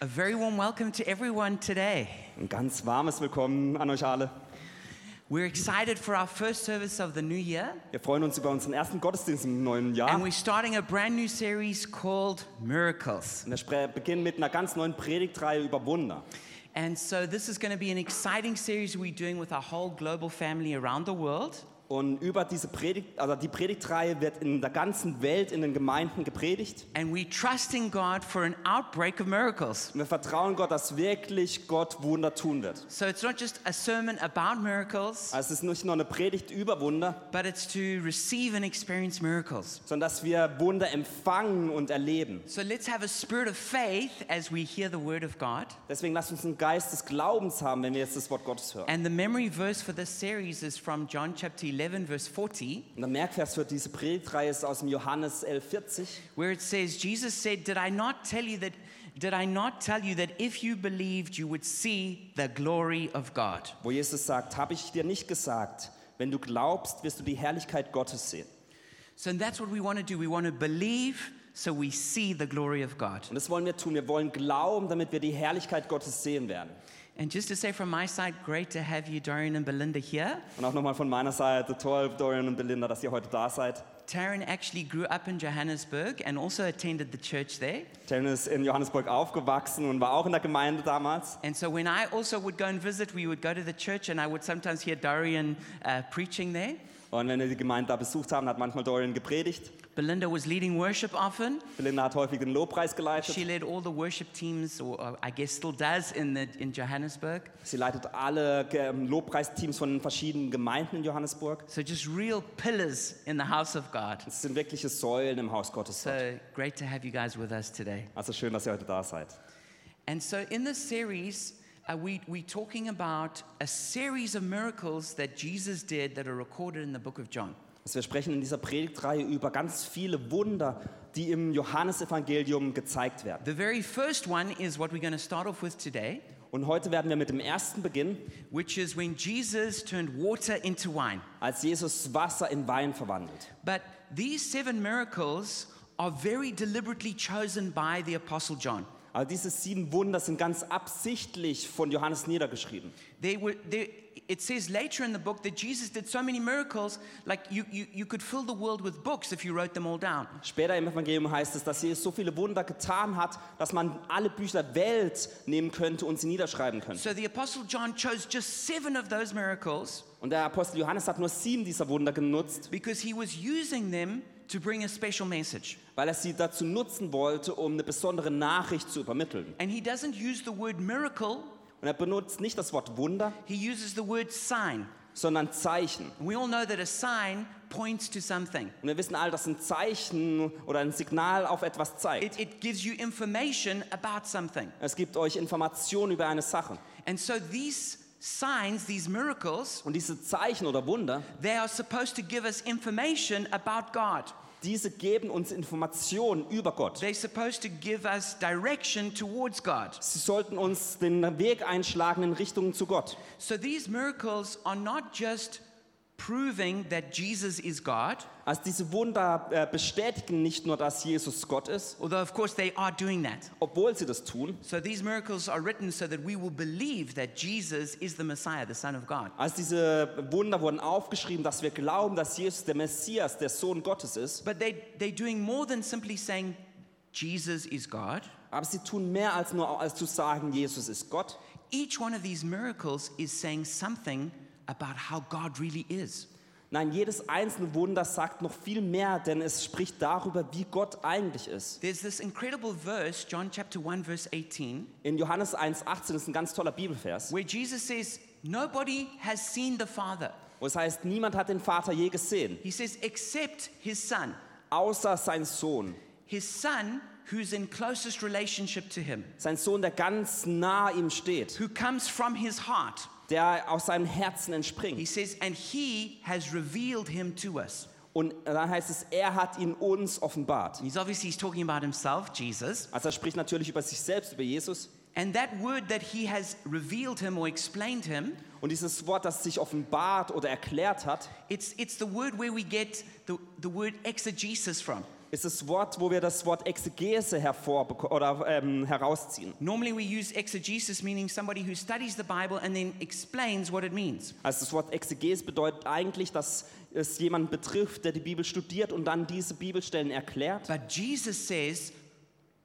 A very warm welcome to everyone today. Ein ganz warmes Willkommen an euch alle. We're excited for our first service of the new year, Wir freuen uns über unseren ersten Gottesdienst im neuen Jahr. and we're starting a brand new series called Miracles. Und wir spre- beginnen mit einer ganz neuen Predigtreihe über Wunder. And so, this is going to be an exciting series we're doing with our whole global family around the world. Und über diese Predigt, also die Predigtreihe wird in der ganzen Welt in den Gemeinden gepredigt. And we're trusting God for an outbreak of miracles. Und wir vertrauen Gott, dass wirklich Gott Wunder tun wird. So, it's not just a sermon about miracles, Also es ist nicht nur eine Predigt über Wunder, but it's to receive and experience miracles. sondern dass wir Wunder empfangen und erleben. So, let's have a spirit of faith as we hear the word of God. Deswegen lasst uns einen Geist des Glaubens haben, wenn wir jetzt das Wort Gottes hören. And the memory verse for this series is from John chapter 11, verse 40, Und der Merkvers für diese Predigtreihe ist aus dem Johannes 11,40. where it says, Jesus said, Did I not tell you that? Did I not tell you that if you believed, you would see the glory of God? wo Jesus sagt, habe ich dir nicht gesagt, wenn du glaubst, wirst du die Herrlichkeit Gottes sehen. So that's what we want to do. We want to believe so we see the glory of God. Und das wollen wir tun. Wir wollen glauben, damit wir die Herrlichkeit Gottes sehen werden. And just to say from my side, great to have you, Dorian and Belinda, here. Und auch nochmal von meiner Seite, toll, Dorian und Belinda, dass ihr heute da seid. Taryn actually grew up in Johannesburg and also attended the church there. Taryn ist in Johannesburg aufgewachsen und war auch in der Gemeinde damals. And so when I also would go and visit, we would go to the church and I would sometimes hear Dorian uh, preaching there. Und wenn wir die Gemeinde da besucht haben, hat manchmal Dorian gepredigt. Belinda was leading worship often. Belinda hat häufig den Lobpreis She geleitet. led all the worship teams, or uh, I guess still does, in, the, in Johannesburg. Sie leitet alle ähm, Lobpreisteams von den verschiedenen Gemeinden in Johannesburg. So just real pillars in the house of God. Es sind wirkliche Säulen im Haus Gottes. dort. So great to have you guys with us today. Also schön, dass ihr heute da seid. And so in this series, uh, we, we're talking about a series of miracles that Jesus did that are recorded in the book of John. Also wir sprechen in dieser Predigtreihe über ganz viele Wunder, die im Johannesevangelium gezeigt werden. The very first one is what we're going to start off with today, Und heute werden wir mit dem ersten beginnen, which is when Jesus turned water into wine. als Jesus Wasser in Wein verwandelt. But these seven miracles are very deliberately chosen by the Apostle John. Aber Also diese sieben Wunder sind ganz absichtlich von Johannes niedergeschrieben. They were, they, it says later in the book that Jesus did so many miracles, like you, you, you could fill the world with books if you wrote them all down. Später im Evangelium heißt es, dass Jesus so viele Wunder getan hat, dass man alle Bücher der Welt nehmen könnte und sie niederschreiben könnte. So the Apostle John chose just seven of those miracles Und der Apostel Johannes hat nur sieben dieser Wunder genutzt, because he was using them to bring a special message. weil er sie dazu nutzen wollte, um eine besondere Nachricht zu übermitteln. And he doesn't use the word miracle, Und er benutzt nicht das Wort Wunder, he uses the word sign. sondern Zeichen. And we all know that a sign points to something. Und wir wissen alle, dass ein Zeichen oder ein Signal auf etwas zeigt. It, it gives you information about something. Es gibt euch Informationen über eine Sache. And so these signs, these miracles, Und diese Zeichen oder Wunder, they are supposed to give us information about God. diese geben uns Informationen über Gott. They're supposed to give us direction towards God. Sie sollten uns den Weg einschlagen in Richtung zu Gott. So these miracles are not just proving that Jesus is God, Also diese Wunder äh, bestätigen nicht nur, dass Jesus Gott ist, although of course they are doing that. obwohl sie das tun. So these miracles are written so that we will believe that Jesus is the Messiah, the Son of God. Also diese Wunder wurden aufgeschrieben, dass wir glauben, dass Jesus der Messias, der Sohn Gottes ist. But they, they're doing more than simply saying, Jesus is God. Aber sie tun mehr als nur als zu sagen, Jesus ist Gott. Each one of these miracles is saying something about how God really is. Nein, jedes einzelne Wunder sagt noch viel mehr, denn es spricht darüber, wie Gott eigentlich ist. There's this incredible verse, John chapter 1, verse 18, In Johannes 1,18 ist ein ganz toller Bibelvers, where Jesus says, Nobody has seen the Father. wo es heißt, niemand hat den Vater je gesehen, He says, except his son, außer sein Sohn. his son who's in closest relationship to him, Sein Sohn, der ganz nah ihm steht, who comes from his heart. der aus seinem Herzen He entspringt. says, and he has revealed him to us. Und dann heißt es, er hat ihn uns offenbart. He's obviously he's talking about himself, Jesus. Also er spricht natürlich über sich selbst, über Jesus. And that word that he has revealed him or explained him, Und dieses Wort, das sich offenbart oder erklärt hat, it's, it's the word where we get the, the word exegesis from. ist das Wort, wo wir das Wort Exegese hervorbeko- oder, ähm, herausziehen. Normally, we use exegesis, meaning somebody who studies the Bible and then explains what it means. Also das Wort Exegese bedeutet eigentlich, dass es jemanden betrifft, der die Bibel studiert und dann diese Bibelstellen erklärt. But Jesus says,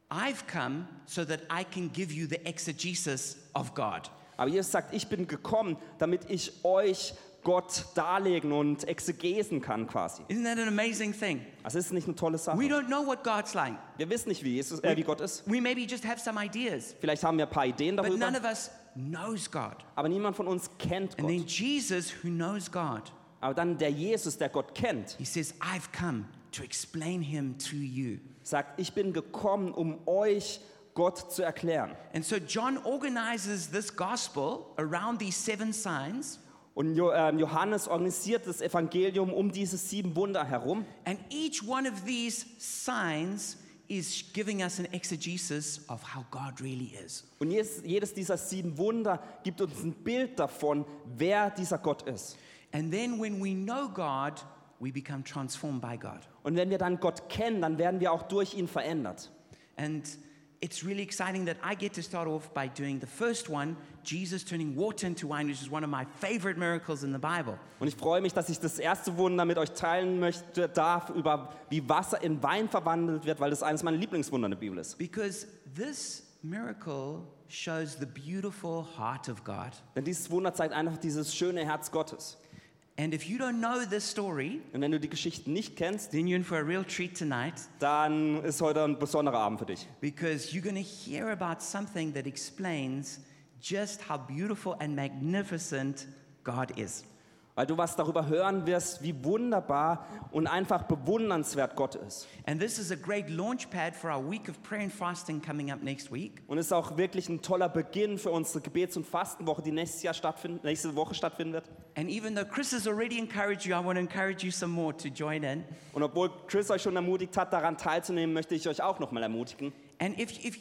I've come so that I can give you the exegesis of God. Aber Jesus sagt, ich bin gekommen, damit ich euch Gott darlegen und exegesen kann quasi. Isn't that an amazing thing? Also ist nicht eine tolle Sache. We don't know what God's like. Wir wissen nicht, wie, Jesus, äh, wie Gott ist. We maybe just have some ideas, Vielleicht haben wir ein paar Ideen but none darüber, of us knows God. aber niemand von uns kennt And then Gott. Jesus, who knows God, Aber dann der Jesus, der Gott kennt, he says, I've come to explain him to you. sagt, ich bin gekommen, um euch Gott zu erklären. And so John organizes this gospel around these seven signs, Und Jo- ähm, Johannes organisiert das Evangelium um diese sieben Wunder herum. and each one of these signs is giving us an exegesis of how God really is. Und jedes, jedes dieser sieben Wunder gibt uns ein Bild davon, wer dieser Gott ist. And then when we know God, we become transformed by God. Und wenn wir dann Gott kennen, dann werden wir auch durch ihn verändert. And it's really exciting that I get to start off by doing the first one, Jesus turning water into wine, which is one of my favorite miracles in the Bible. Und ich freue mich, dass ich das erste Wunder mit euch teilen möchte, darf, über wie Wasser in Wein verwandelt wird, weil das eines meiner Lieblingswunder in der Bibel ist. Because this miracle shows the beautiful heart of God. Denn dieses Wunder zeigt einfach dieses schöne Herz Gottes. And if you don't know this story, Und wenn du die Geschichten nicht kennst, then you're in for a real treat tonight dann ist heute ein besonderer Abend für dich. because you're going to hear about something that explains just how beautiful and magnificent God is. Weil du was darüber hören wirst, wie wunderbar und einfach bewundernswert Gott ist. And this is a great launch pad for our week of prayer and fasting coming up next week. Und ist auch wirklich ein toller Beginn für unsere Gebets- und Fastenwoche, die nächstes Jahr stattfinden, nächste Woche stattfinden wird. And even though Chris has already encouraged you, I want to encourage you some more to join in. Und obwohl Chris euch schon ermutigt hat, daran teilzunehmen, möchte ich euch auch nochmal ermutigen. And if, if,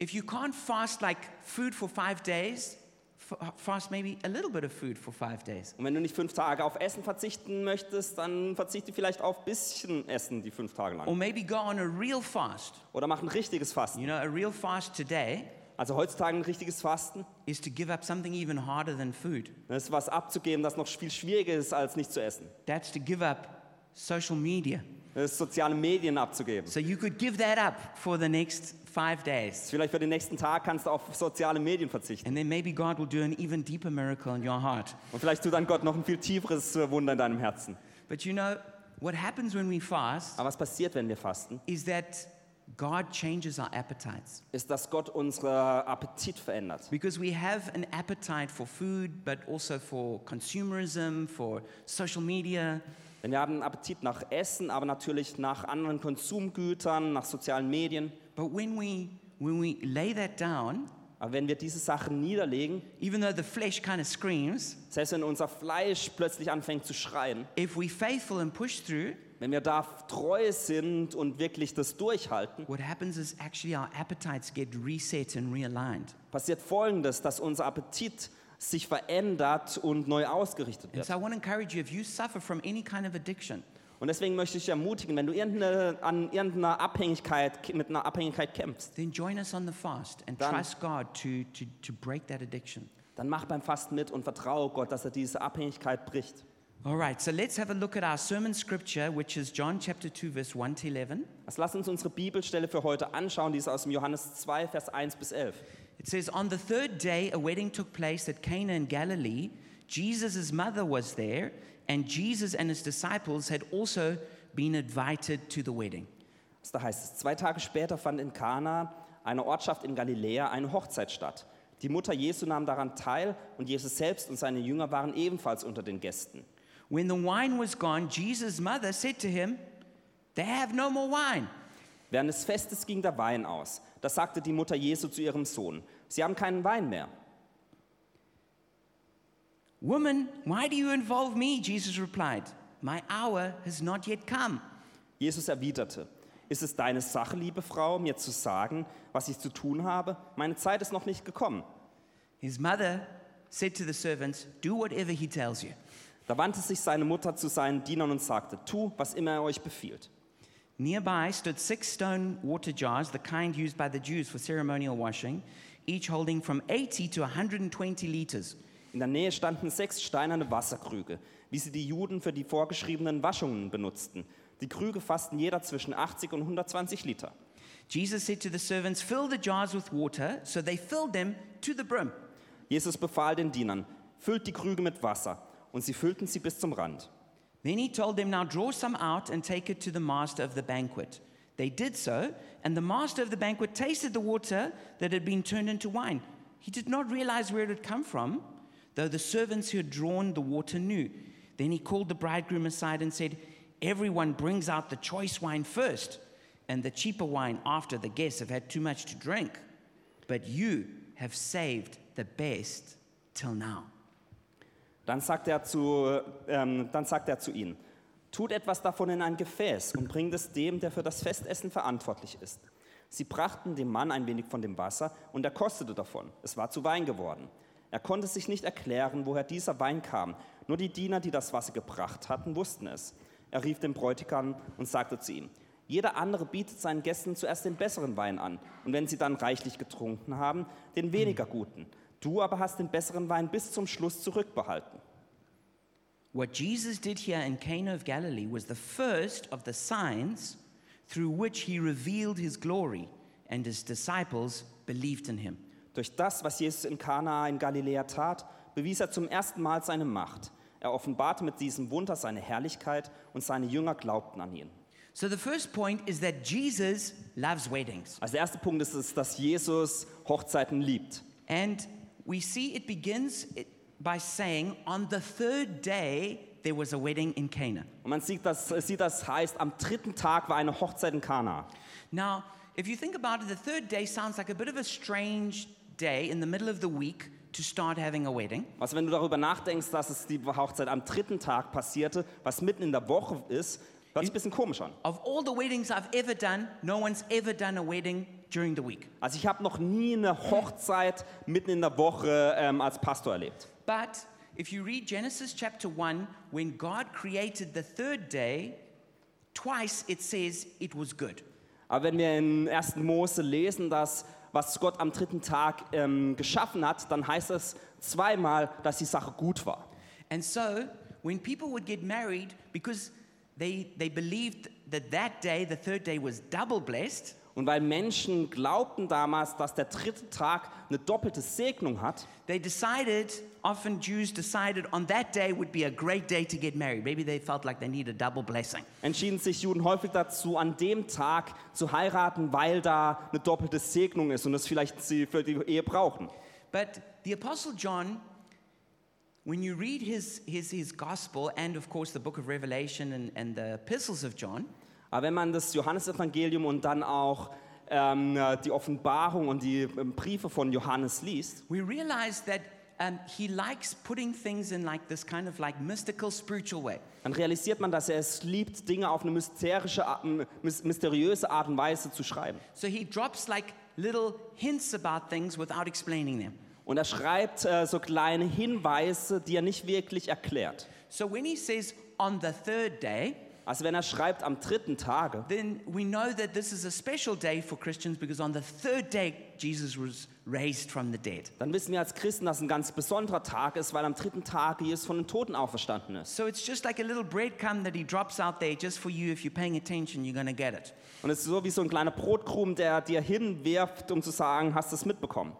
if you can't fast like food for five days, fa- fast maybe a little bit of food for five days. Und wenn du nicht fünf Tage auf Essen verzichten möchtest, dann verzichte vielleicht auf ein bisschen Essen die fünf Tage lang. Or maybe go on a real fast. Oder mach ein richtiges Fasten. You know, a real fast today Also heutzutage ein richtiges Fasten, is to give up something even harder than food. das ist was abzugeben, das noch viel schwieriger ist, als nicht zu essen. That's to give up social media. Das ist soziale Medien abzugeben. So you could give that up for the next five days. Vielleicht für den nächsten Tag kannst du auf soziale Medien verzichten. And then maybe God will do an even deeper miracle in your heart. Und vielleicht tut dann Gott noch ein viel tieferes Wunder in deinem Herzen. But you know, what happens when we fast Aber was passiert, wenn wir fasten? is that God changes our appetites Ist, dass Gott unseren Appetit verändert. because we have an appetite for food, but also for consumerism, for social media. Denn wir haben einen Appetit nach Essen, aber natürlich nach anderen Konsumgütern, nach sozialen Medien. But when we when we lay that down, Aber wenn wir diese Sachen niederlegen, even though the flesh kind of screams, selbst wenn unser Fleisch plötzlich anfängt zu schreien, if we faithful and push through, wenn wir da treu sind und wirklich das durchhalten, what happens is actually our appetites get reset and realigned. passiert Folgendes, dass unser Appetit sich verändert und neu ausgerichtet And wird. so I want to encourage you if you suffer from any kind of addiction, Und deswegen möchte ich dich ermutigen, wenn du irgendeine, an irgendeiner Abhängigkeit, mit einer Abhängigkeit kämpfst, then join us on the fast and Done. trust God to, to, to break that addiction. dann mach beim Fasten mit und vertraue Gott, dass er diese Abhängigkeit bricht. All right, so let's have a look at our sermon scripture, which is John chapter 2, verse 1 to 11. Also lass uns unsere Bibelstelle für heute anschauen, die ist aus dem Johannes 2, Vers 1 bis 11. It says, On the third day, a wedding took place at Cana in Galilee. Jesus' mother was there, and Jesus and his disciples had also been invited to the wedding. Was da heißt es, zwei Tage später fand in Kana, einer Ortschaft in Galiläa, eine Hochzeit statt. Die Mutter Jesu nahm daran teil und Jesus selbst und seine Jünger waren ebenfalls unter den Gästen. When the wine was gone, Jesus' mother said to him, They have no more wine. Während des Festes ging der Wein aus. Das sagte die Mutter Jesu zu ihrem Sohn. Sie haben keinen Wein mehr. Woman, why do you involve me? Jesus replied, My hour has not yet come. Jesus erwiderte, ist es deine Sache, liebe Frau, mir zu sagen, was ich zu tun habe? Meine Zeit ist noch nicht gekommen. His mother said to the servants, Do whatever he tells you. Da wandte sich seine Mutter zu seinen Dienern und sagte, tu, was immer er euch befiehlt. Nearby stood six stone water jars, the kind used by the Jews for ceremonial washing, each holding from 80 to 120 liters. In der Nähe standen sechs steinerne Wasserkrüge, wie sie die Juden für die vorgeschriebenen Waschungen benutzten. Die Krüge fassten jeder zwischen 80 und 120 Liter. Jesus said to the servants, Fill the jars with water. So they filled them to the brim. Jesus befahl den Dienern, füllt die Krüge mit Wasser, und sie füllten sie bis zum Rand. Then he told them, Now draw some out and take it to the master of the banquet. They did so, and the master of the banquet tasted the water that had been turned into wine. He did not realize where it had come from, though the servants who had drawn the water knew. Then he called the bridegroom aside and said, Everyone brings out the choice wine first, and the cheaper wine after the guests have had too much to drink. But you have saved the best till now. Dann sagt er zu, ähm, dann sagt er zu ihnen, tut etwas davon in ein Gefäß und bringt es dem, der für das Festessen verantwortlich ist. Sie brachten dem Mann ein wenig von dem Wasser und er kostete davon. Es war zu Wein geworden. Er konnte sich nicht erklären, woher dieser Wein kam. Nur die Diener, die das Wasser gebracht hatten, wussten es. Er rief den Bräutigam und sagte zu ihm, jeder andere bietet seinen Gästen zuerst den besseren Wein an und wenn sie dann reichlich getrunken haben, den weniger guten. Du aber hast den besseren Wein bis zum Schluss zurückbehalten. What Jesus did here in Cana of Galilee was the first of the signs through which he revealed his glory, and his disciples believed in him. Durch das, was Jesus in Kana in Galiläa tat, bewies er zum ersten Mal seine Macht. Er offenbarte mit diesem Wunder seine Herrlichkeit und seine Jünger glaubten an ihn. So the first point is that Jesus loves weddings. Als erster Also Punkt ist es, dass Jesus Hochzeiten liebt. And we see it begins it- by saying, On the third day, there was a wedding in Cana. Und man sieht, dass sieht, das heißt, am dritten Tag war eine Hochzeit in Kana. Now, if you think about it, the third day sounds like a bit of a strange day in the middle of the week to start having a wedding. Was, wenn du darüber nachdenkst, dass es die Hochzeit am dritten Tag passierte, was mitten in der Woche ist, hört sich ein bisschen komisch an. Of all the weddings I've ever done, no one's ever done a wedding during the week. Also ich habe noch nie eine Hochzeit mitten in der Woche ähm, als Pastor erlebt. But if you read Genesis chapter 1, when God created the third day, twice it says it was good. Aber wenn wir in 1. Mose lesen, dass was Gott am dritten Tag ähm, geschaffen hat, dann heißt es zweimal, dass die Sache gut war. And so when people would get married, because they, they believed that that day, the third day, was double blessed, Und weil Menschen glaubten damals, dass der dritte Tag eine doppelte Segnung hat, they decided, often Jews decided on that day would be a great day to get married. Maybe they felt like they need a double blessing. entschieden sich Juden häufig dazu, an dem Tag zu heiraten, weil da eine doppelte Segnung ist und das vielleicht sie für die Ehe brauchen. But the Apostle John, when you read his, his, his gospel and, of course, the book of Revelation and, and the epistles of John, Aber wenn man das Johannesevangelium und dann auch ähm, die Offenbarung und die ähm, Briefe von Johannes liest, we realize that um, he likes putting things in like this kind of like mystical spiritual way. dann realisiert man, dass er es liebt, Dinge auf eine mysterische, Art- mys- mysteriöse Art und Weise zu schreiben. So he drops like little hints about things without explaining them. Und er schreibt äh, so kleine Hinweise, die er nicht wirklich erklärt. So when he says on the third day, Also wenn er schreibt am dritten Tage, then we know that this is a special day for Christians because on the third day, Jesus was raised from the dead. dann wissen wir als Christen, dass ein ganz besonderer Tag ist, weil am dritten Tag Jesus von den Toten auferstanden ist. So it's just like a little breadcrumb that he drops out there just for you. If you're paying attention, you're going to get it. Und es ist so wie so ein kleiner Brotkrumen, der dir hinwirft, um zu sagen, hast du es mitbekommen.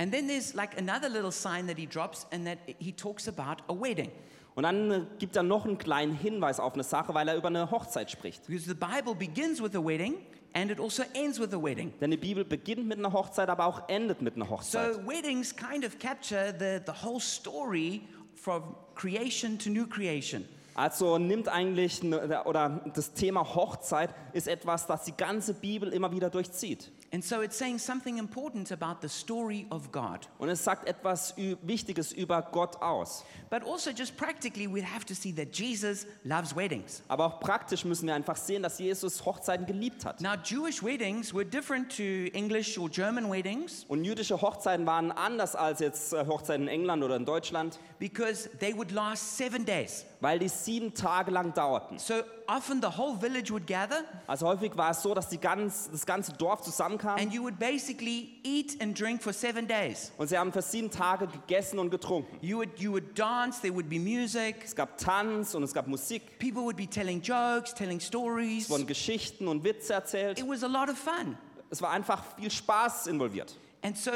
And then there's like another little sign that he drops, and that he talks about a wedding. Und dann äh, gibt er noch einen kleinen Hinweis auf eine Sache, weil er über eine Hochzeit spricht. Because the Bible begins with a wedding and it also ends with a wedding. Denn die Bibel beginnt mit einer Hochzeit, aber auch endet mit einer Hochzeit. So weddings kind of capture the, the whole story from creation to new creation. Also nimmt eigentlich, ne- oder das Thema Hochzeit ist etwas, das die ganze Bibel immer wieder durchzieht. And so it's saying something important about the story of God. Und es sagt etwas Ü- Wichtiges über Gott aus. But also, just practically, we have to see that Jesus loves weddings. Aber auch praktisch müssen wir einfach sehen, dass Jesus Hochzeiten geliebt hat. Now, Jewish weddings were different to English or German weddings. Und jüdische Hochzeiten waren anders als jetzt äh, Hochzeiten in England oder in Deutschland, because they would last seven days. weil die sieben Tage lang dauerten. So often the whole village would gather Also häufig war es so, dass die ganz, das ganze Dorf zusammenkam and you would basically eat and drink for seven days. und sie haben für sieben Tage gegessen und getrunken. You would, you would dance, there would be music, Es gab Tanz und es gab Musik, people would be telling jokes, telling stories. es wurden Geschichten und Witze erzählt. It was a lot of fun. Es war einfach viel Spaß involviert. And so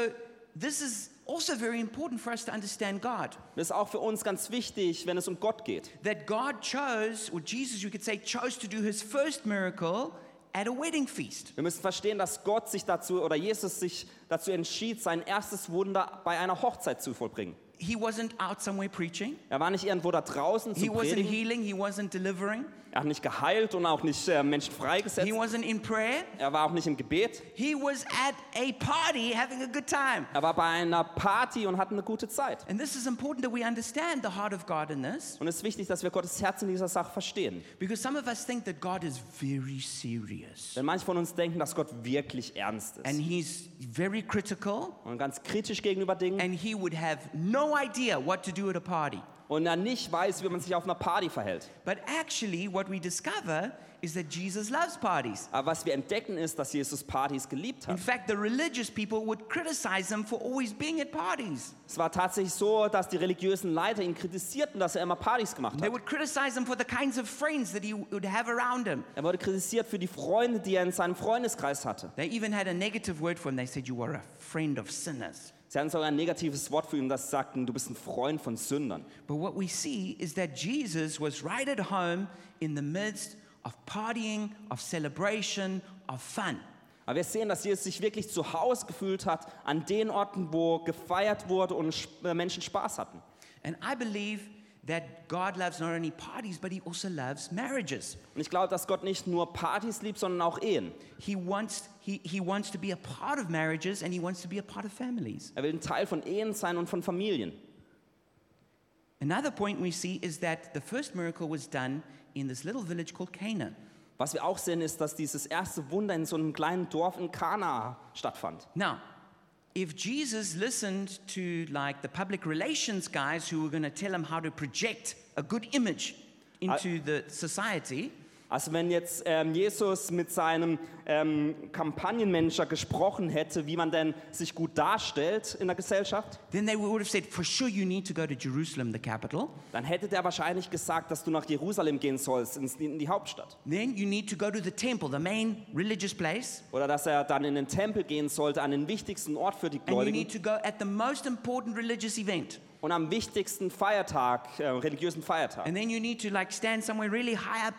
this is also very important for us to understand God. Das ist auch für uns ganz wichtig, wenn es um Gott geht. That God chose, or Jesus, you could say, chose to do his first miracle at a wedding feast. Wir müssen verstehen, dass Gott sich dazu oder Jesus sich dazu entschied, sein erstes Wunder bei einer Hochzeit zu vollbringen. He wasn't out somewhere preaching. Er war nicht irgendwo da draußen zu He wasn't predigen. healing. He wasn't delivering. Er hat nicht geheilt und auch nicht äh, Menschen He freigesetzt. wasn't in prayer. Er war auch nicht im Gebet. He was at a party having a good time. Er war bei einer Party und hatte eine gute Zeit. And this is important that we understand the heart of God in this Und es ist wichtig, dass wir Gottes Herz in dieser Sache verstehen. because some of us think that God is very serious Denn manche von uns denken, dass Gott wirklich ernst and ist he's very critical und ganz kritisch gegenüber Dingen and he would have no idea what to do at a party. und er nicht weiß, wie man sich auf einer Party verhält. But actually, what we discover is that Jesus loves parties. Aber was wir entdecken ist, dass Jesus Partys geliebt In hat. fact, the religious people would criticize him for always being at parties. Es war tatsächlich so, dass die religiösen Leiter ihn kritisierten, dass er immer Partys gemacht They hat. would criticize him for the kinds of friends that he would have around him. Er wurde kritisiert für die Freunde, die er in seinem Freundeskreis hatte. They even had a negative word for him. They said, You are a friend of sinners. Sie hatten sogar ein negatives Wort für ihn, das sagten, du bist ein Freund von Sündern. But what we see is that Jesus was right at home in the midst of partying, of celebration, of fun. Aber wir sehen, dass Jesus sich wirklich zu Hause gefühlt hat, an den Orten, wo gefeiert wurde und Sp- äh, Menschen Spaß hatten. And I believe that God loves not only parties, but he also loves marriages. Und ich glaube, dass Gott nicht nur Partys liebt, sondern auch Ehen. He wants, he, he wants to be a part of marriages and he wants to be a part of families. Er will ein Teil von Ehen sein und von Familien. Another point we see is that the first miracle was done in this little village called Cana. Was wir auch sehen, ist, dass dieses erste Wunder in so einem kleinen Dorf in Kana stattfand. Now, if Jesus listened to like the public relations guys who were going to tell him how to project a good image into the society, Also wenn jetzt ähm, Jesus mit seinem ähm, Kampagnenmanager gesprochen hätte, wie man denn sich gut darstellt in der Gesellschaft, then they would have said, for sure you need to go to Jerusalem, the capital. dann hätte der wahrscheinlich gesagt, dass du nach Jerusalem gehen sollst, ins- in die Hauptstadt. Then you need to go to the temple, the main religious place. Oder dass er dann in den Tempel gehen sollte, an den wichtigsten Ort für die And you Gläubigen need to go at the most important religious event. und am wichtigsten Feiertag, äh, religiösen Feiertag. And then you need to like stand somewhere really high up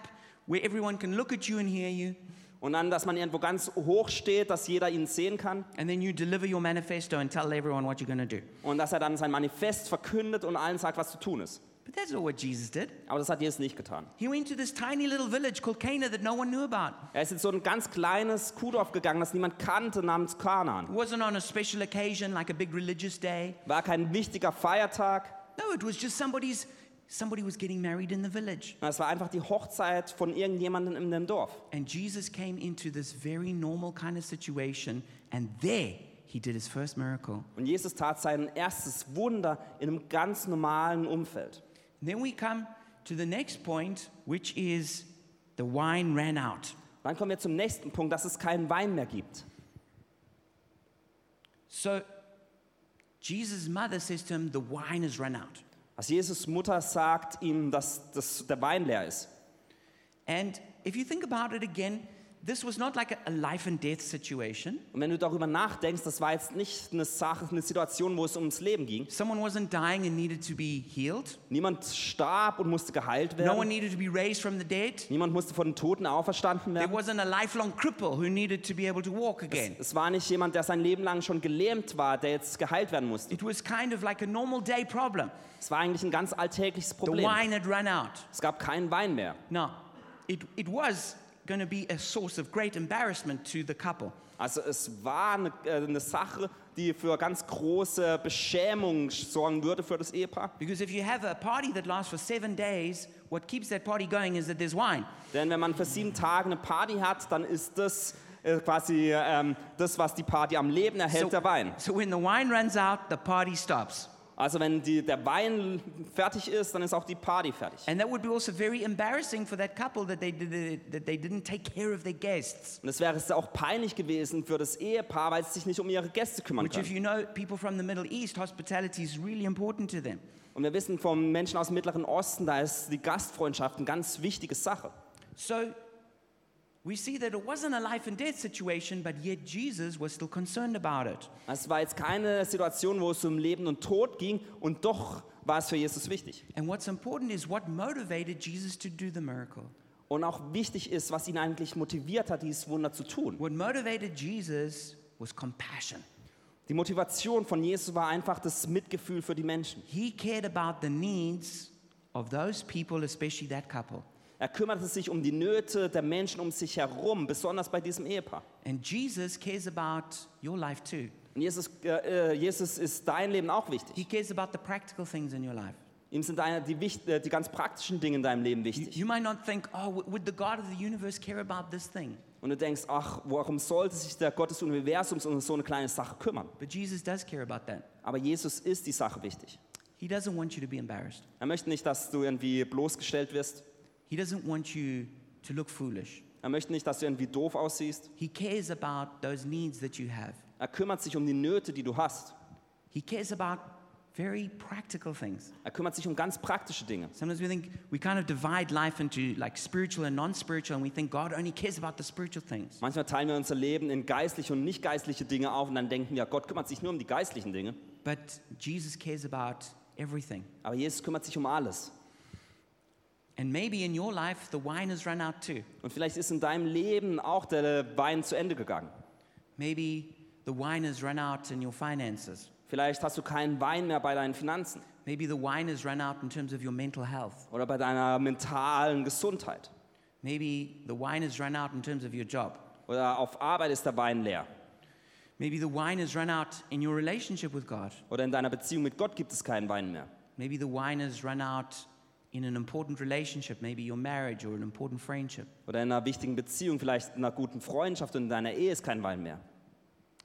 where everyone can look at you and hear you. Und dann, dass man irgendwo ganz hoch steht, dass jeder ihn sehen kann And then you deliver your manifesto and tell everyone what you're going to do. und dass er dann sein Manifest verkündet und allen sagt, was zu tun ist. But that's not what Jesus did. Aber das hat Jesus nicht getan. He went to this tiny little village called Cana that no one knew about. Er ist in so ein ganz kleines Kuhdorf gegangen, das niemand kannte, namens Kanaan. It wasn't on a special occasion like a big religious day. War kein wichtiger Feiertag. No, it was just somebody's somebody was getting married in the village. Es war einfach die Hochzeit von irgendjemandem in dem Dorf. And Jesus came into this very normal kind of situation and there he did his first miracle. Und Jesus tat sein erstes Wunder in einem ganz normalen Umfeld. And then we come to the next point which is the wine ran out. Dann kommen wir zum nächsten Punkt, dass es keinen Wein mehr gibt. So Jesus' mother says to him, The wine has run out. Also Jesus Mutter sagt ihm, dass, dass der Wein leer ist. And if you think about it again, this was not like a- a life and death situation. Und wenn du darüber nachdenkst, das war jetzt nicht eine Sache, eine Situation, wo es ums Leben ging. Someone wasn't dying and needed to be healed. Niemand starb und musste geheilt No one werden. needed to be raised from the dead. Niemand musste von den Toten auferstanden There werden. wasn't a lifelong cripple who needed to be able to walk again. Es war nicht jemand, der sein Leben lang schon gelähmt war, der jetzt geheilt werden musste. It was kind of like a normal day problem. Es war eigentlich ein ganz alltägliches The Problem. wine had run out. Es gab keinen Wein mehr. Now, it, it was going to be a source of great embarrassment to the couple. Also es war eine, äh, eine Sache, die für ganz große Beschämung sorgen würde für das Ehepaar. Because if you have a party that lasts for seven days, what keeps that party going is that there's wine. Denn wenn man für sieben Tage eine Party hat, dann ist das äh, quasi ähm, das, was die Party am Leben erhält, der Wein. so when the wine runs out, the party stops. Also wenn die, der Wein fertig ist, dann ist auch die Party fertig. And that would be also very embarrassing for that couple that they, did, that they didn't take care of their guests. Und es wäre es auch peinlich gewesen für das Ehepaar, weil sie sich nicht um ihre Gäste kümmern Which, if können. you know people from the Middle East, hospitality is really important to them. Und wir wissen vom Menschen aus dem Mittleren Osten, da ist die Gastfreundschaft eine ganz wichtige Sache. So we see that it wasn't a life and death situation, but yet Jesus was still concerned about it. Es war jetzt keine Situation, wo es um Leben und Tod ging und doch war es für Jesus wichtig. And what's important is what motivated Jesus to do the miracle. Und auch wichtig ist, was ihn eigentlich motiviert hat, dieses Wunder zu tun. What motivated Jesus was compassion. Die Motivation von Jesus war einfach das Mitgefühl für die Menschen. He cared about the needs of those people, especially that couple. Er kümmerte sich um die Nöte der Menschen um sich herum, besonders bei diesem Ehepaar. And Jesus cares about your life too. Und Jesus, äh, äh, Jesus ist dein Leben auch wichtig. He cares about the practical things in your life. Ihm sind deine, die, wicht- äh, die ganz praktischen Dinge in deinem Leben You, wichtig. you might not think, oh, w- would the God of the universe care about this thing? Und du denkst, ach, warum sollte sich der Gott des Universums um so eine kleine Sache kümmern? But Jesus does care about that. Aber Jesus ist die Sache wichtig. He doesn't want you to be embarrassed. Er möchte nicht, dass du irgendwie bloßgestellt wirst. He doesn't want you to look foolish. Er möchte nicht, dass du irgendwie doof aussiehst. He cares about those needs that you have. Er kümmert sich um die Nöte, die du hast. He cares about very practical things. Er kümmert sich um ganz praktische Dinge. Sometimes we think we kind of divide life into like spiritual and non-spiritual, and we think God only cares about the spiritual things. Manchmal teilen wir unser Leben in geistliche und nicht geistliche Dinge auf und dann denken wir, Gott kümmert sich nur um die geistlichen Dinge. But Jesus cares about everything. Aber Jesus kümmert sich um alles. And maybe in your life the wine has run out too. Und vielleicht ist in deinem Leben auch der Wein zu Ende gegangen. Maybe the wine has run out in your finances. Vielleicht hast du keinen Wein mehr bei deinen Finanzen Maybe the wine has run out in terms of your mental health. oder bei deiner mentalen Gesundheit. Maybe the wine has run out in terms of your job. Oder auf Arbeit ist der Wein leer. Maybe the wine has run out in your relationship with God. Oder in deiner Beziehung mit Gott gibt es keinen Wein mehr. Maybe the wine has run out in an important relationship, maybe your marriage or an important friendship. Oder in einer wichtigen Beziehung, vielleicht in einer guten Freundschaft und in deiner Ehe ist kein Wein mehr.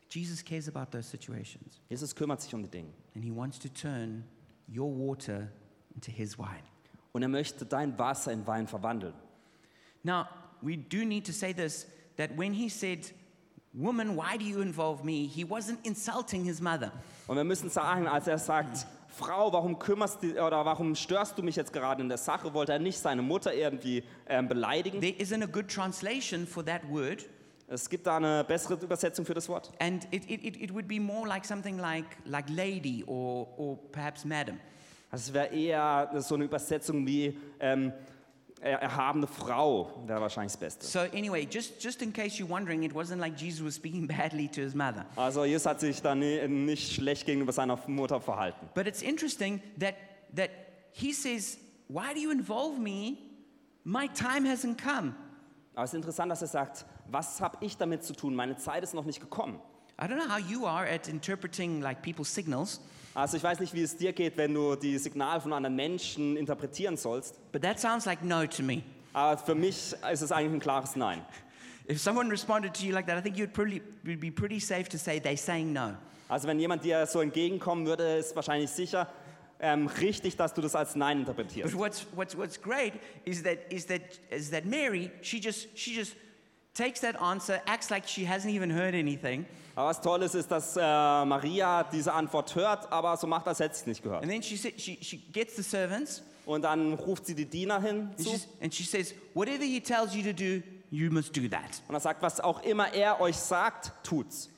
Jesus cares about those situations Jesus kümmert sich um die Dinge. and he wants to turn your water into his wine. Und er möchte dein Wasser in Wein verwandeln. Now, we do need to say this that when he said, Woman, why do you involve me? He wasn't insulting his mother. Und wir müssen sagen, als er sagt, Frau, warum kümmerst du oder warum störst du mich jetzt gerade in der Sache, wollte er nicht seine Mutter irgendwie ähm, beleidigen. There isn't a good translation for that word, Es gibt da eine bessere Übersetzung für das Wort. and it, it, it, it would be more like something like, like lady or, or perhaps madam. Also es wäre eher so eine Übersetzung wie ähm, er- erhabene Frau, wäre wahrscheinlich das Beste. So, anyway, just, just in case you're wondering, it wasn't like Jesus was speaking badly to his mother. Also Jesus hat sich da ni- nicht schlecht gegenüber seiner Mutter verhalten. But it's interesting that, that he says, Why do you involve me? My time hasn't come. Aber es ist interessant, dass er sagt, was habe ich damit zu tun? Meine Zeit ist noch nicht gekommen. I don't know how you are at interpreting like people's signals, Also ich weiß nicht, wie es dir geht, wenn du die Signale von anderen Menschen interpretieren sollst. but that sounds like no to me. Aber für mich ist es eigentlich ein klares Nein. If someone responded to you like that, I think you'd probably would be pretty safe to say they're saying no. Also wenn jemand dir so entgegenkommen würde, ist wahrscheinlich sicher ähm, richtig, dass du das als Nein But interpretierst. what's, what's, what's great is that, is, that, is that Mary, she just, she just takes that answer, acts like she hasn't even heard anything, Aber was toll ist, ist, dass äh, Maria diese Antwort hört, aber so macht, als hätte sie es nicht gehört. and then she, sa- she, she gets the servants Und dann ruft sie die Diener hin and, zu she's- and she says, Whatever he tells you to do, you must do that. und er sagt, was auch immer er euch sagt, tut's.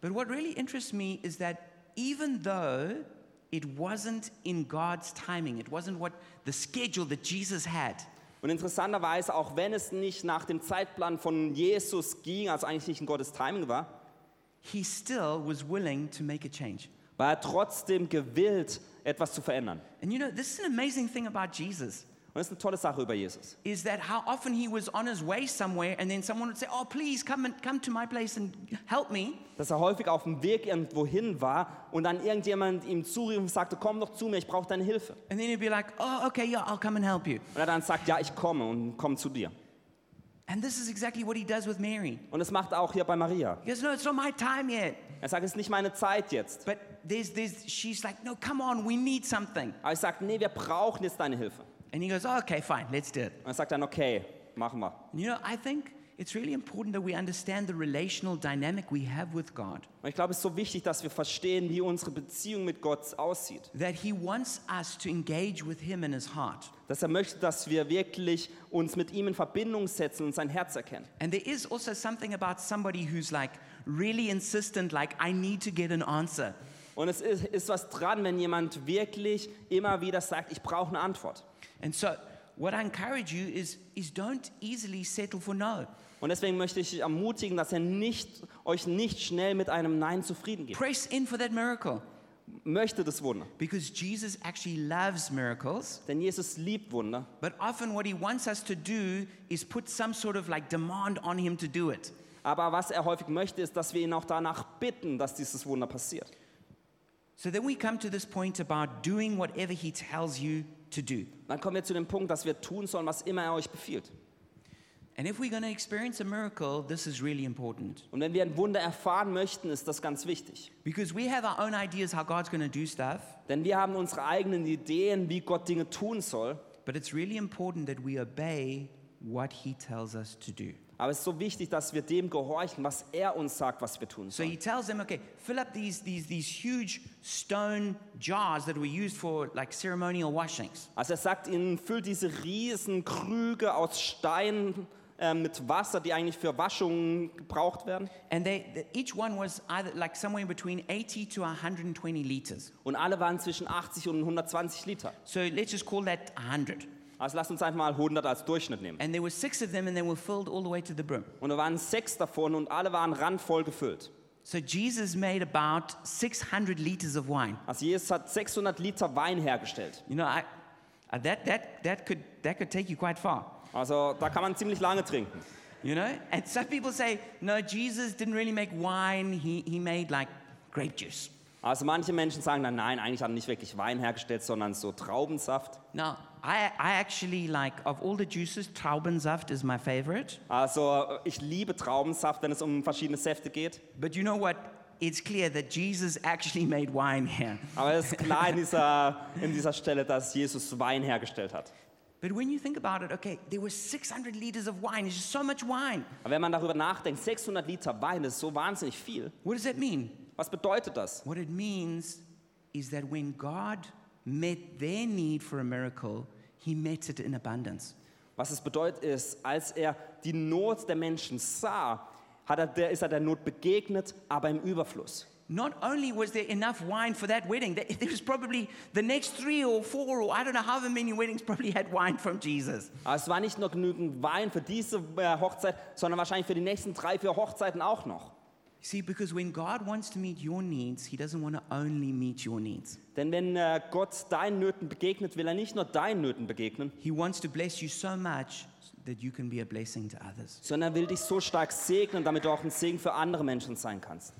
But what really interests me is that even though it wasn't in God's timing, it wasn't what the schedule that Jesus had, Und interessanterweise, auch wenn es nicht nach dem Zeitplan von Jesus ging, also eigentlich nicht in Gottes Timing war, he still was willing to make a change. war er trotzdem gewillt, etwas zu verändern. And you know, this is an amazing thing about Jesus Und das ist eine tolle Sache über Jesus. is that how often he was on his way somewhere and then someone would say, "Oh, please come and come to my place and help me." dass er häufig auf dem Weg irgendwo hin war und dann irgendjemand ihm zurief und sagte, komm doch zu mir, ich brauche deine Hilfe. And then he'd be like, "Oh, okay, yeah, I'll come and help you." Und er dann sagt, ja, ich komme und komme zu dir. And this is exactly what he does with Mary. Und das macht er auch hier bei Maria. He goes, "No, it's not my time yet." Er sagt, es ist nicht meine Zeit jetzt. But there's, there's, she's like, no, come on, we need something. Aber ich sage, nee, wir brauchen jetzt deine Hilfe. And he goes, oh, okay, fine, let's do it. Und er sagt dann, okay, machen wir. And you know, I think it's really important that we understand the relational dynamic we have with God, Und ich glaube, es ist so wichtig, dass wir verstehen, wie unsere Beziehung mit Gott aussieht. that he wants us to engage with him in his heart. Dass er möchte, dass wir wirklich uns mit ihm in Verbindung setzen und sein Herz erkennen. And there is also something about somebody who's like really insistent, like, I need to get an answer. Und es ist, ist was dran, wenn jemand wirklich immer wieder sagt, ich brauche eine Antwort. And so, what I encourage you is, is don't easily settle for no. Und deswegen möchte ich ermutigen, dass ihr nicht, euch nicht schnell mit einem Nein zufrieden gebt. Press in for that miracle Möchte das Wunder. because Jesus actually loves miracles. Denn Jesus liebt Wunder. But often, what he wants us to do is put some sort of like demand on him to do it. Aber was er häufig möchte, ist, dass wir ihn auch danach bitten, dass dieses Wunder passiert. So then we come to this point about doing whatever he tells you to do. Dann kommen wir zu dem Punkt, dass wir tun sollen, was immer er euch befiehlt. And if we're going to experience a miracle, this is really important Und wenn wir ein Wunder erfahren möchten, ist das ganz wichtig. because we have our own ideas how God's going to do stuff, Denn wir haben unsere eigenen Ideen, wie Gott Dinge tun soll. but it's really important that we obey what he tells us to do. Aber es ist so wichtig, dass wir dem gehorchen, was er uns sagt, was wir tun So he sollen. tells them, okay, fill up these, these, these huge stone jars that were used for like ceremonial washings. Also er sagt ihnen, füllt diese riesen Krüge aus Stein äh, mit Wasser, die eigentlich für Waschungen gebraucht werden. And they, the, each one was either like somewhere between 80 to 120 liters. Und alle waren zwischen 80 und 120 Liter. So let's just call that 100. Also lasst uns einfach mal 100 als Durchschnitt nehmen. And there were six of them, and they were filled all the way to the brim. Und da waren sechs davon und alle waren randvoll gefüllt. So Jesus made about 600 liters of wine. Also Jesus hat 600 Liter Wein hergestellt. You know, I, I- that, that, that, could, that could take you quite far. Also da kann man ziemlich lange trinken. You know? And some people say, no, Jesus didn't really make wine, he, he made like grape juice. Also manche Menschen sagen dann, nein, eigentlich haben nicht wirklich Wein hergestellt, sondern so Traubensaft. Now, I, I actually like, of all the juices, Traubensaft is my favorite. Also ich liebe Traubensaft, wenn es um verschiedene Säfte geht. But you know what? It's clear that Jesus actually made wine here. Aber es ist klar in dieser, in dieser Stelle, dass Jesus Wein hergestellt hat. But when you think about it, okay, there were 600 liters of wine. It's just so much wine. Aber wenn man darüber nachdenkt, 600 Liter Wein, das ist so wahnsinnig viel. What does that mean? Was bedeutet das? What it means is that when God met their need for a miracle, he met it in abundance. Was es bedeutet ist, als er die Not der Menschen sah, hat er der, ist er der Not begegnet, aber im Überfluss. Not only was there enough wine for that wedding, there there was probably the next three or four, or I don't know however many weddings probably had wine from Jesus. Aber es war nicht nur genügend Wein für diese äh, Hochzeit, sondern wahrscheinlich für die nächsten drei, vier Hochzeiten auch noch. See, because when God wants to meet your needs, he doesn't want to only meet your needs. Denn wenn äh, Gott deinen Nöten begegnet, will er nicht nur deinen Nöten begegnen, He wants to bless you so much that you can be a blessing to others. sondern er will dich so stark segnen, damit du auch ein Segen für andere Menschen sein kannst.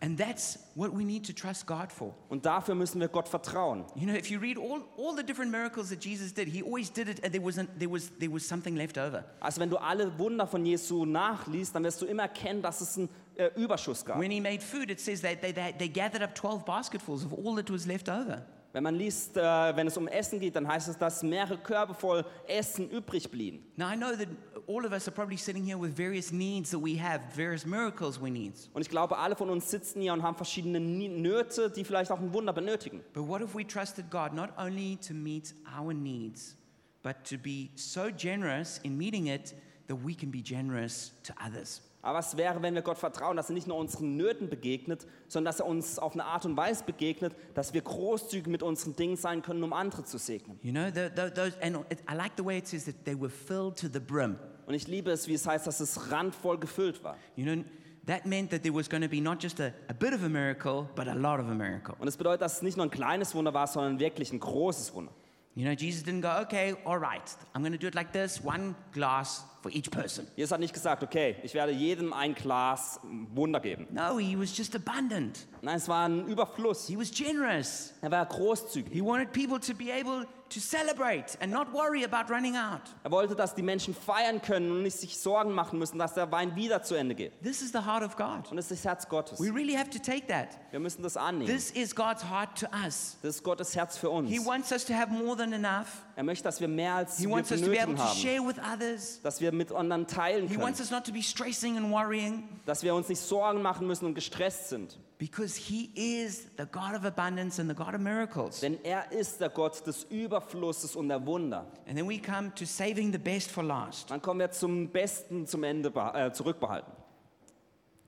And that's what we need to trust God for. Und dafür müssen wir Gott vertrauen. You know, if you read all, all the different miracles that Jesus did, he always did it and there, wasn't, there, was, there was something left over. Also wenn du alle Wunder von Jesu nachliest, dann wirst du immer erkennen, dass es einen äh, Überschuss gab. When he made food, it says that they, they, they gathered up 12 basketfuls of all that was left over. Wenn man liest, äh, wenn es um Essen geht, dann heißt es, dass mehrere Körbe voll Essen übrig blieben. Now, I know that all of us are probably sitting here with various needs that we have, various miracles we need. Und ich glaube, alle von uns sitzen hier und haben verschiedene Ni- Nöte, die vielleicht auch ein Wunder benötigen. But what if we trusted God not only to meet our needs, but to be so generous in meeting it that we can be generous to others? Aber was wäre, wenn wir Gott vertrauen, dass er nicht nur unseren Nöten begegnet, sondern dass er uns auf eine Art und Weise begegnet, dass wir großzügig mit unseren Dingen sein können, um andere zu segnen. You know, tho- tho- those, and it, I like the way it says that they were filled to the brim. Und ich liebe es, wie es heißt, dass es randvoll gefüllt war. You know, that meant that there was going to be not just a, a bit of a miracle, but a lot of a miracle. Und es das bedeutet, dass es nicht nur ein kleines Wunder war, sondern wirklich ein großes Wunder. You know, Jesus didn't go, okay, all right, I'm going to do it like this one glass, for each person. Jesus hat nicht gesagt, okay, ich werde jedem ein Glas Wunder geben. No, he was just abundant. Nein, es war ein Überfluss. He was generous. Er war großzügig. He wanted people to be able to celebrate and not worry about running out. Er wollte, dass die Menschen feiern können und nicht sich Sorgen machen müssen, dass der Wein wieder zu Ende geht. This is the heart of God. Und das ist das Herz Gottes. We really have to take that. Wir müssen das annehmen. This is God's heart to us. Das ist Gottes Herz für uns. He wants us to have more than enough. Er möchte, dass wir mehr als He wir wants us to be able benötigen to haben. share with others. Dass wir mit anderen teilen He können. wants us not to be stressing and worrying Dass wir uns nicht Sorgen machen müssen und gestresst sind. because He is the God of abundance and the God of miracles. Denn er ist der Gott des Überflusses und der Wunder. And then we come to saving the best for last. Dann kommen wir zum Besten zum Ende beha- äh, zurückbehalten.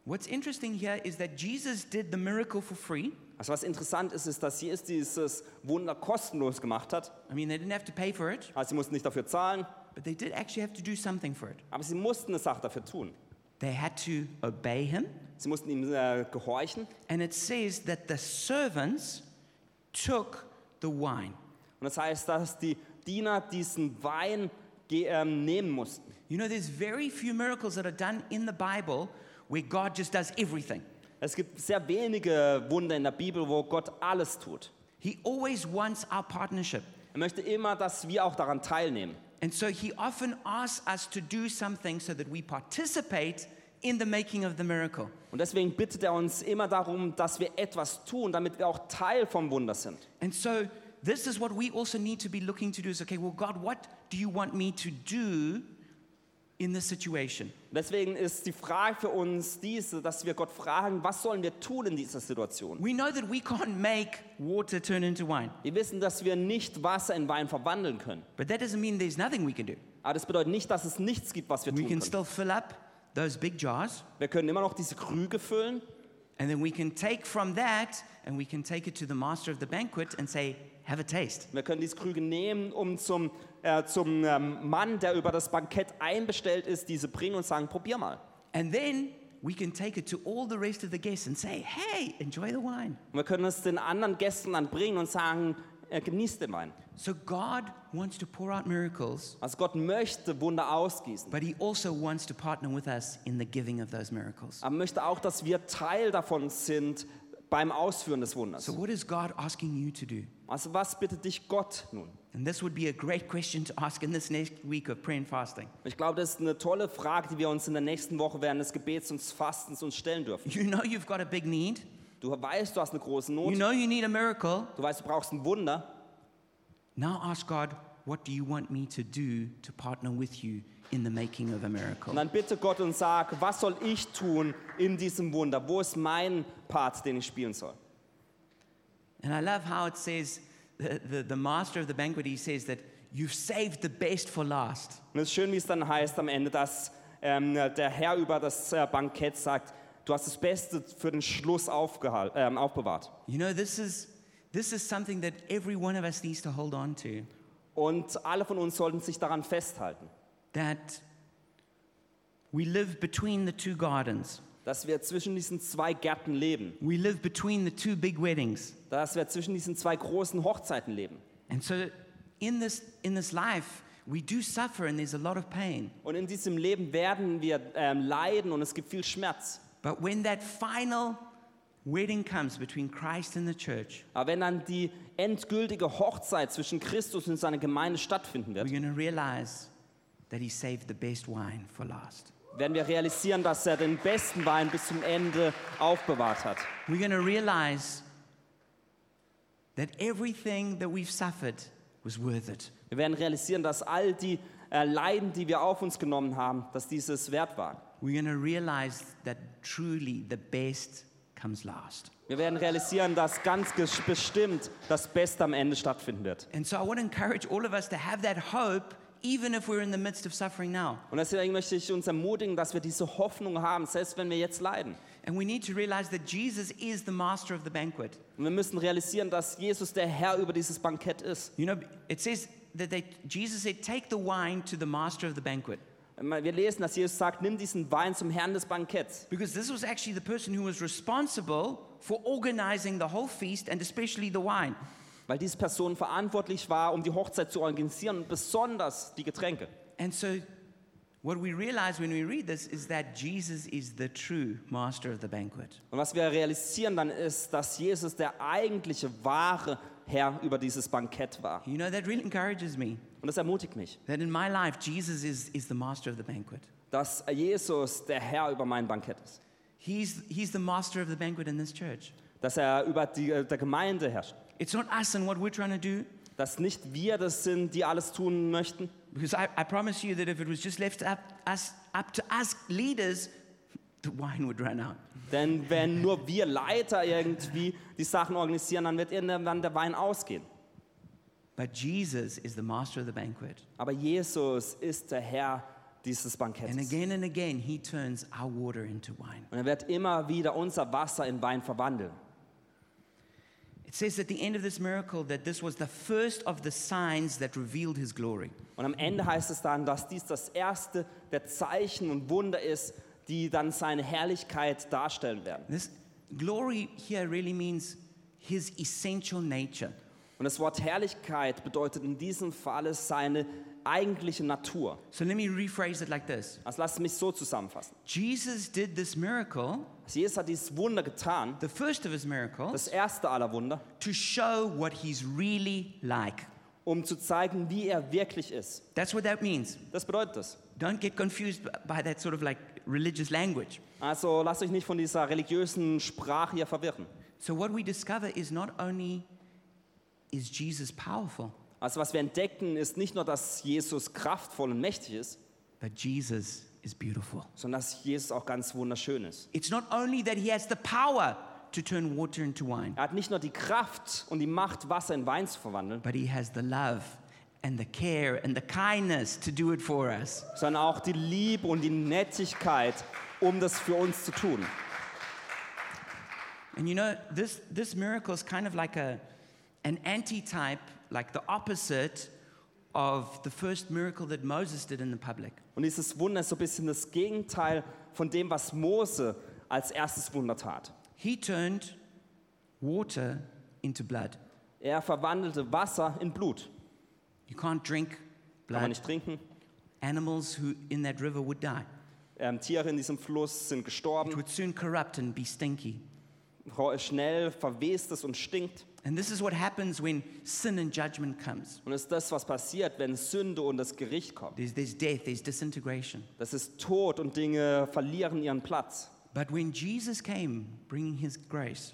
What's interesting here is that Jesus did the miracle for free. Also was interessant ist, ist, dass Jesus dieses Wunder kostenlos gemacht hat. I mean, they didn't have to pay for it, Also sie mussten nicht dafür zahlen, but they did actually have to do something for it. aber sie mussten eine Sache dafür tun. They had to obey Him. Sie mussten ihm äh, gehorchen. And it says that the servants took the wine. Und das heißt, dass die Diener diesen Wein ge- ähm, nehmen mussten. You know, there's very few miracles that are done in the Bible where God just does everything. Es gibt sehr wenige Wunder in der Bibel, wo Gott alles tut. He always wants our partnership. Er möchte immer, dass wir auch daran teilnehmen. And so he often asks us to do something so that we participate in the making of the miracle. Und deswegen bittet er uns immer darum, dass wir etwas tun, damit wir auch Teil vom Wunder sind. And so this is what we also need to be looking to do is okay, well, God, what do you want me to do in this situation? Deswegen ist die Frage für uns diese, dass wir Gott fragen, was sollen wir tun in dieser Situation? We know that we can't make water turn into wine, Wir wissen, dass wir nicht Wasser in Wein verwandeln können. but that doesn't mean there's nothing we can do. Aber das bedeutet nicht, dass es nichts gibt, was wir We tun can können. still fill up those big jars, Wir können immer noch diese Krüge füllen and then we can take from that and we can take it to the master of the banquet and say, have a taste. Wir können diese Krüge nehmen, um zum, äh, zum ähm, Mann, der über das Bankett einbestellt ist, diese bringen und sagen, probier mal. And then we can take it to all the rest of the guests and say, hey, enjoy the wine. Und wir können es den anderen Gästen dann bringen und sagen, äh, genießt den Wein. So God wants to pour out miracles, Also Gott möchte Wunder ausgießen, but He also wants to partner with us in the giving of those miracles. aber möchte auch, dass wir Teil davon sind beim Ausführen des So, Wunders. what is God asking you to do? Also was bittet dich Gott nun? And this would be a great question to ask in this next week of prayer and fasting. Ich glaube, das ist eine tolle Frage, die wir uns in der nächsten Woche während des Gebets und des Fastens uns stellen dürfen. You know you've got a big need, Du weißt, du hast eine große you Not, know you need a miracle. du weißt, du brauchst ein Wunder, Now ask God, what do you want me to do to partner with you in the making of a Und miracle? dann bitte Gott und sag, was soll ich tun in diesem Wunder? Wo ist mein Part, den ich spielen soll? And I love how it says, the, the, the master of the banquet, he says that you've saved the best for last. Und es ist schön, wie es dann heißt am Ende, dass ähm, der Herr über das äh, Bankett sagt, du hast das Beste für den Schluss aufgehal- ähm, aufbewahrt. You know, this is, this is something that every one of us needs to hold on to Und alle von uns sollten sich daran festhalten, that we live between the two gardens, dass wir zwischen diesen zwei Gärten leben, we live between the two big weddings. dass wir zwischen diesen zwei großen Hochzeiten leben. And so in this, in this life, we do suffer and there's a lot of pain. Und in diesem Leben werden wir ähm, leiden und es gibt viel Schmerz. But when that final wedding comes between Christ and the church, Aber wenn dann die endgültige Hochzeit zwischen Christus und seiner Gemeinde stattfinden wird, we're going to realize that he saved the best wine for last. werden wir realisieren, dass er den besten Wein bis zum Ende aufbewahrt hat. We're going to realize that everything that we've suffered was worth it. Wir werden realisieren, dass all die äh, Leiden, die wir auf uns genommen haben, dass dieses wert war. We're going to realize that truly the best comes last. Wir werden realisieren, dass ganz ges- bestimmt das Beste am Ende stattfinden wird. And so I want to encourage all of us to have that hope, even if we're in the midst of suffering now. Und deswegen möchte ich uns ermutigen, dass wir diese Hoffnung haben, selbst wenn wir jetzt leiden. And we need to realize that Jesus is the master of the banquet. Und wir müssen realisieren, dass Jesus der Herr über dieses Bankett ist. You know, it says that they, Jesus said, Take the wine to the master of the banquet. Wir lesen, dass Jesus sagt, nimm diesen Wein zum Herrn des Banketts. Because this was actually the person who was responsible for organizing the whole feast and especially the wine. Weil diese Person verantwortlich war, um die Hochzeit zu organisieren und besonders die Getränke. And so What we realize when we read this is that Jesus is the true master of the banquet. Und was wir realisieren dann ist, dass Jesus der eigentliche, wahre Herr über dieses Bankett war. You know, that really encourages me Und das ermutigt mich, that in my life, Jesus is, is the master of the banquet. dass Jesus der Herr über mein Bankett ist. He's, he's the master of the banquet in this church. Dass er über die, äh, der Gemeinde herrscht. It's not us and what we're trying to do, Dass nicht wir das sind, die alles tun möchten. because I, I promise you that if it was just left up, us, up to us leaders, the wine would run out. Denn wenn nur wir Leiter irgendwie die Sachen organisieren, dann wird irgendwann der Wein ausgehen. But Jesus is the master of the banquet. Aber Jesus ist der Herr dieses And Bankettes. again and again, he turns our water into wine. Und er wird immer wieder unser Wasser in Wein verwandeln. It says at the end of this miracle that this was the first of the signs that revealed his glory. Und am Ende heißt es dann, dass dies das erste der Zeichen und Wunder ist, die dann seine Herrlichkeit darstellen werden. This glory here really means his essential nature. Und das Wort Herrlichkeit bedeutet in diesem Falle seine eigentliche Natur. So let me rephrase it like this Also lasst mich so zusammenfassen. Jesus did this miracle, Jesus hat dieses Wunder getan, the first of his miracles, das erste aller Wunder, to show what he's really like. um zu zeigen, wie er wirklich ist. That's what that means. Das bedeutet es. Don't get confused b- by that sort of like religious language. Also lasst euch nicht von dieser religiösen Sprache hier verwirren. So what we discover is not only is Jesus powerful, Also was wir entdecken, ist nicht nur, dass Jesus kraftvoll und mächtig ist, but Jesus is beautiful. sondern dass Jesus auch ganz wunderschön ist. It's not only that he has the power to turn water into wine, Er hat nicht nur die Kraft und die Macht, Wasser in Wein zu verwandeln, but he has the love and the care and the kindness to do it for us. sondern auch die Liebe und die Nettigkeit, um das für uns zu tun. And you know, this, this miracle is kind of like a, an antitype, like the opposite of the first miracle that Moses did in the public. Und dieses Wunder ist so ein bisschen das Gegenteil von dem, was Mose als erstes Wunder tat. He turned water into blood. Er verwandelte Wasser in Blut. You can't drink Kann man blood. nicht trinken. Animals who in that river would die. Ähm, Tiere in diesem Fluss sind It gestorben. would soon corrupt and be stinky. Schnell verwest es und stinkt. And this is what happens when sin and judgment comes. Und das ist das, was passiert, wenn Sünde und das Gericht kommt. There's, there's death, there's disintegration. Das ist Tod und Dinge verlieren ihren Platz. But when Jesus came bringing his grace,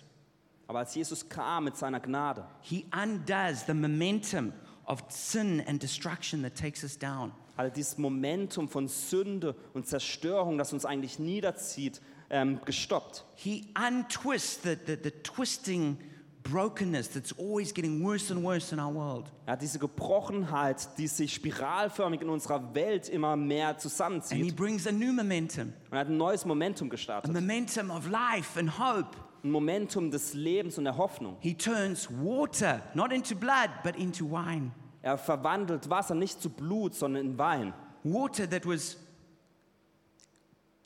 Aber als Jesus kam mit seiner Gnade, he undoes the momentum of sin and destruction that takes us down. hat er dieses Momentum von Sünde und Zerstörung, das uns eigentlich niederzieht, ähm, gestoppt. He untwists the, the, the twisting brokenness that's always getting worse and worse in our world. Er hat diese Gebrochenheit, die sich spiralförmig in unserer Welt immer mehr And he zusammenzieht. brings a new momentum, Und er hat ein neues Momentum a gestartet. momentum of life and hope. Ein Momentum des Lebens und der Hoffnung. He turns water not into blood, but into wine. Er verwandelt Wasser nicht zu Blut, sondern in Wein. water that was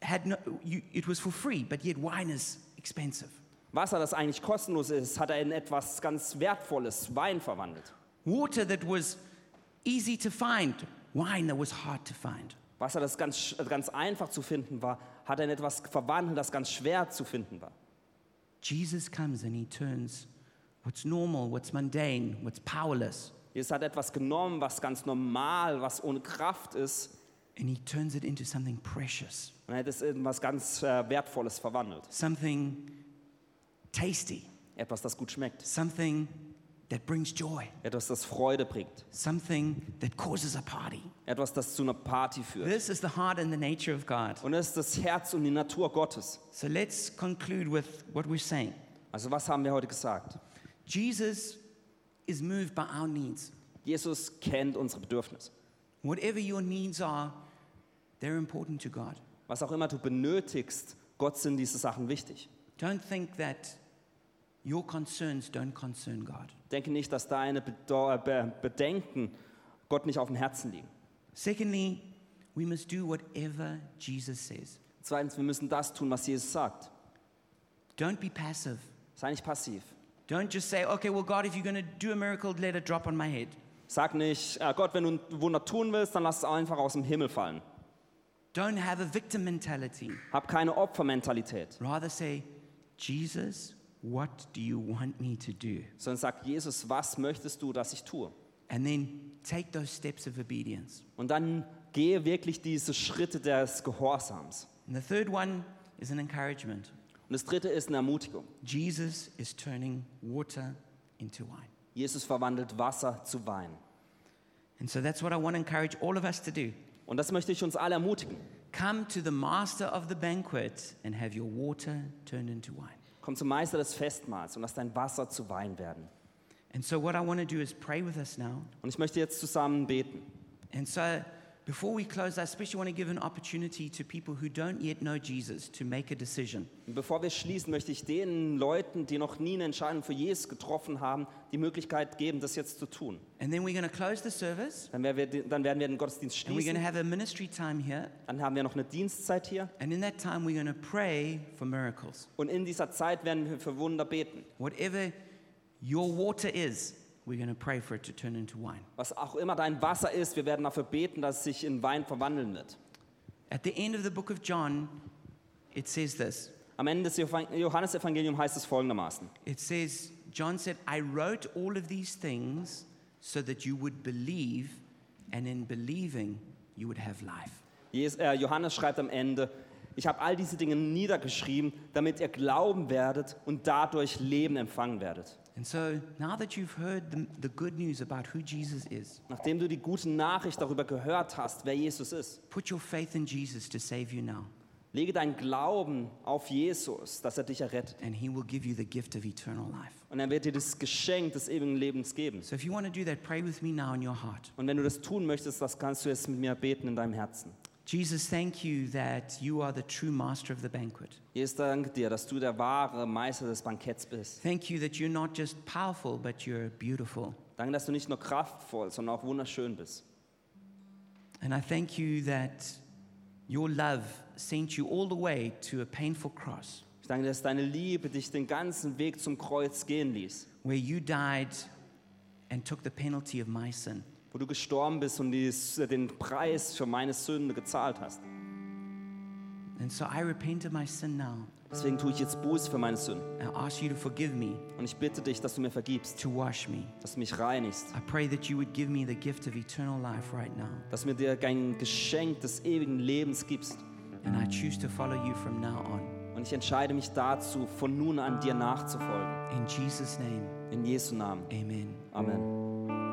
had no, you, it was for free, but yet wine is expensive. Wasser, das eigentlich kostenlos ist, hat er in etwas ganz Wertvolles, Wein verwandelt. Water that was easy to find, wine that was hard to find. Wasser, das ganz, sch- äh, ganz einfach zu finden war, hat er in etwas verwandelt, das ganz schwer zu finden war. Jesus comes and he turns what's normal, what's mundane, what's powerless, Jesus hat etwas genommen, was ganz normal, was ohne Kraft ist, and he turns it into something precious, und er hat es in etwas ganz äh, Wertvolles verwandelt. something tasty, Etwas, das gut schmeckt. something that brings joy, Etwas, das Freude bringt. something that causes a party. Etwas, das zu einer Party führt. This is the heart and the nature of God. Und das ist das Herz und die Natur Gottes. So let's conclude with what we're saying. Also was haben wir heute gesagt? Jesus is moved by our needs. Jesus kennt unsere Bedürfnisse. Whatever your needs are, they're important to God. Was auch immer du benötigst, Gott sind diese Sachen wichtig. Don't think that your concerns don't concern God. Denke nicht, dass deine Bedau- äh, Be Bedenken Gott nicht auf dem Herzen liegen. Secondly, we must do whatever Jesus says. Zweitens, wir müssen das tun, was Jesus sagt. Don't be passive. Sei nicht passiv. Don't just say, okay, well, God, if you're going to do a miracle, let it drop on my head. Sag nicht, äh, Gott, wenn du ein Wunder tun willst, dann lass es einfach aus dem Himmel fallen. Don't have a victim mentality. Hab keine Opfermentalität, Rather say, Jesus, what do you want me to do? sondern sag Jesus, was möchtest du, dass ich tue? And then take those steps of obedience. Und dann gehe wirklich diese Schritte des Gehorsams. And the third one is an encouragement. Und das dritte ist eine Ermutigung. Jesus is turning water into wine. Jesus verwandelt Wasser zu Wein. And so that's what I want to encourage all of us to do. Und das möchte ich uns alle ermutigen. Come to the master of the banquet and have your water turned into wine. Komm zum Meister des Festmahls und lass dein Wasser zu Wein werden. And so, what I want to do is pray with us now. Und ich möchte jetzt zusammen beten. And so, before we close, I especially want to give an opportunity to people who don't yet know Jesus to make a decision. Und bevor wir schließen, möchte ich den Leuten, die noch nie eine Entscheidung für Jesus getroffen haben, die Möglichkeit geben, das jetzt zu tun. And then we're going to close the service Dann werden wir den, dann werden wir den Gottesdienst and we're going to schließen. have a ministry time here. Dann haben wir noch eine Dienstzeit hier. And in that time, we're going to pray for miracles. Und in dieser Zeit werden wir für Wunder beten. Whatever your water is, we're going to pray for it to turn into wine. Was auch immer dein Wasser ist, wir werden dafür beten, dass es sich in Wein verwandeln wird. At the end of the book of John, it says this Am Ende des Johann- Johannesevangeliums heißt es folgendermaßen. It says, John said, I wrote all of these things so that you would believe, and in believing, you would have life. Jes- äh, Johannes schreibt am Ende, ich habe all diese Dinge niedergeschrieben, damit ihr glauben werdet und dadurch Leben empfangen werdet. And so now that you've heard the, the good news about who Jesus is, Nachdem du die gute Nachricht darüber gehört hast, wer Jesus ist, put your faith in Jesus to save you now, lege deinen Glauben auf Jesus, dass er dich errettet. and he will give you the gift of eternal life. Und er wird dir das Geschenk des ewigen Lebens geben. So if you want to do that, pray with me now in your heart. Und wenn du das tun möchtest, das kannst du jetzt mit mir beten in deinem Herzen. Jesus, thank you that you are the true master of the banquet. Jesus, danke dir, dass du der wahre Meister des Banketts bist. Thank you that you're not just powerful, but you're beautiful. Danke, dass du nicht nur kraftvoll, sondern auch wunderschön bist. And I thank you that your love sent you all the way to a painful cross Ich danke dir, dass deine Liebe dich den ganzen Weg zum Kreuz gehen ließ, where you died and took the penalty of my sin. wo du gestorben bist und die, den Preis für meine Sünde gezahlt hast. And so I repent of my sin now. Deswegen tue ich jetzt Buße für meine Sünden. I ask you to forgive me, Und ich bitte dich, dass du mir vergibst, to wash me. dass du mich reinigst, I pray that you would give me the gift of eternal life right now. dass du mir dir dein Geschenk des ewigen Lebens gibst. And I choose to follow you from now on. Und ich entscheide mich dazu, von nun an dir nachzufolgen. In Jesus' name, In Jesu Namen. amen. Amen.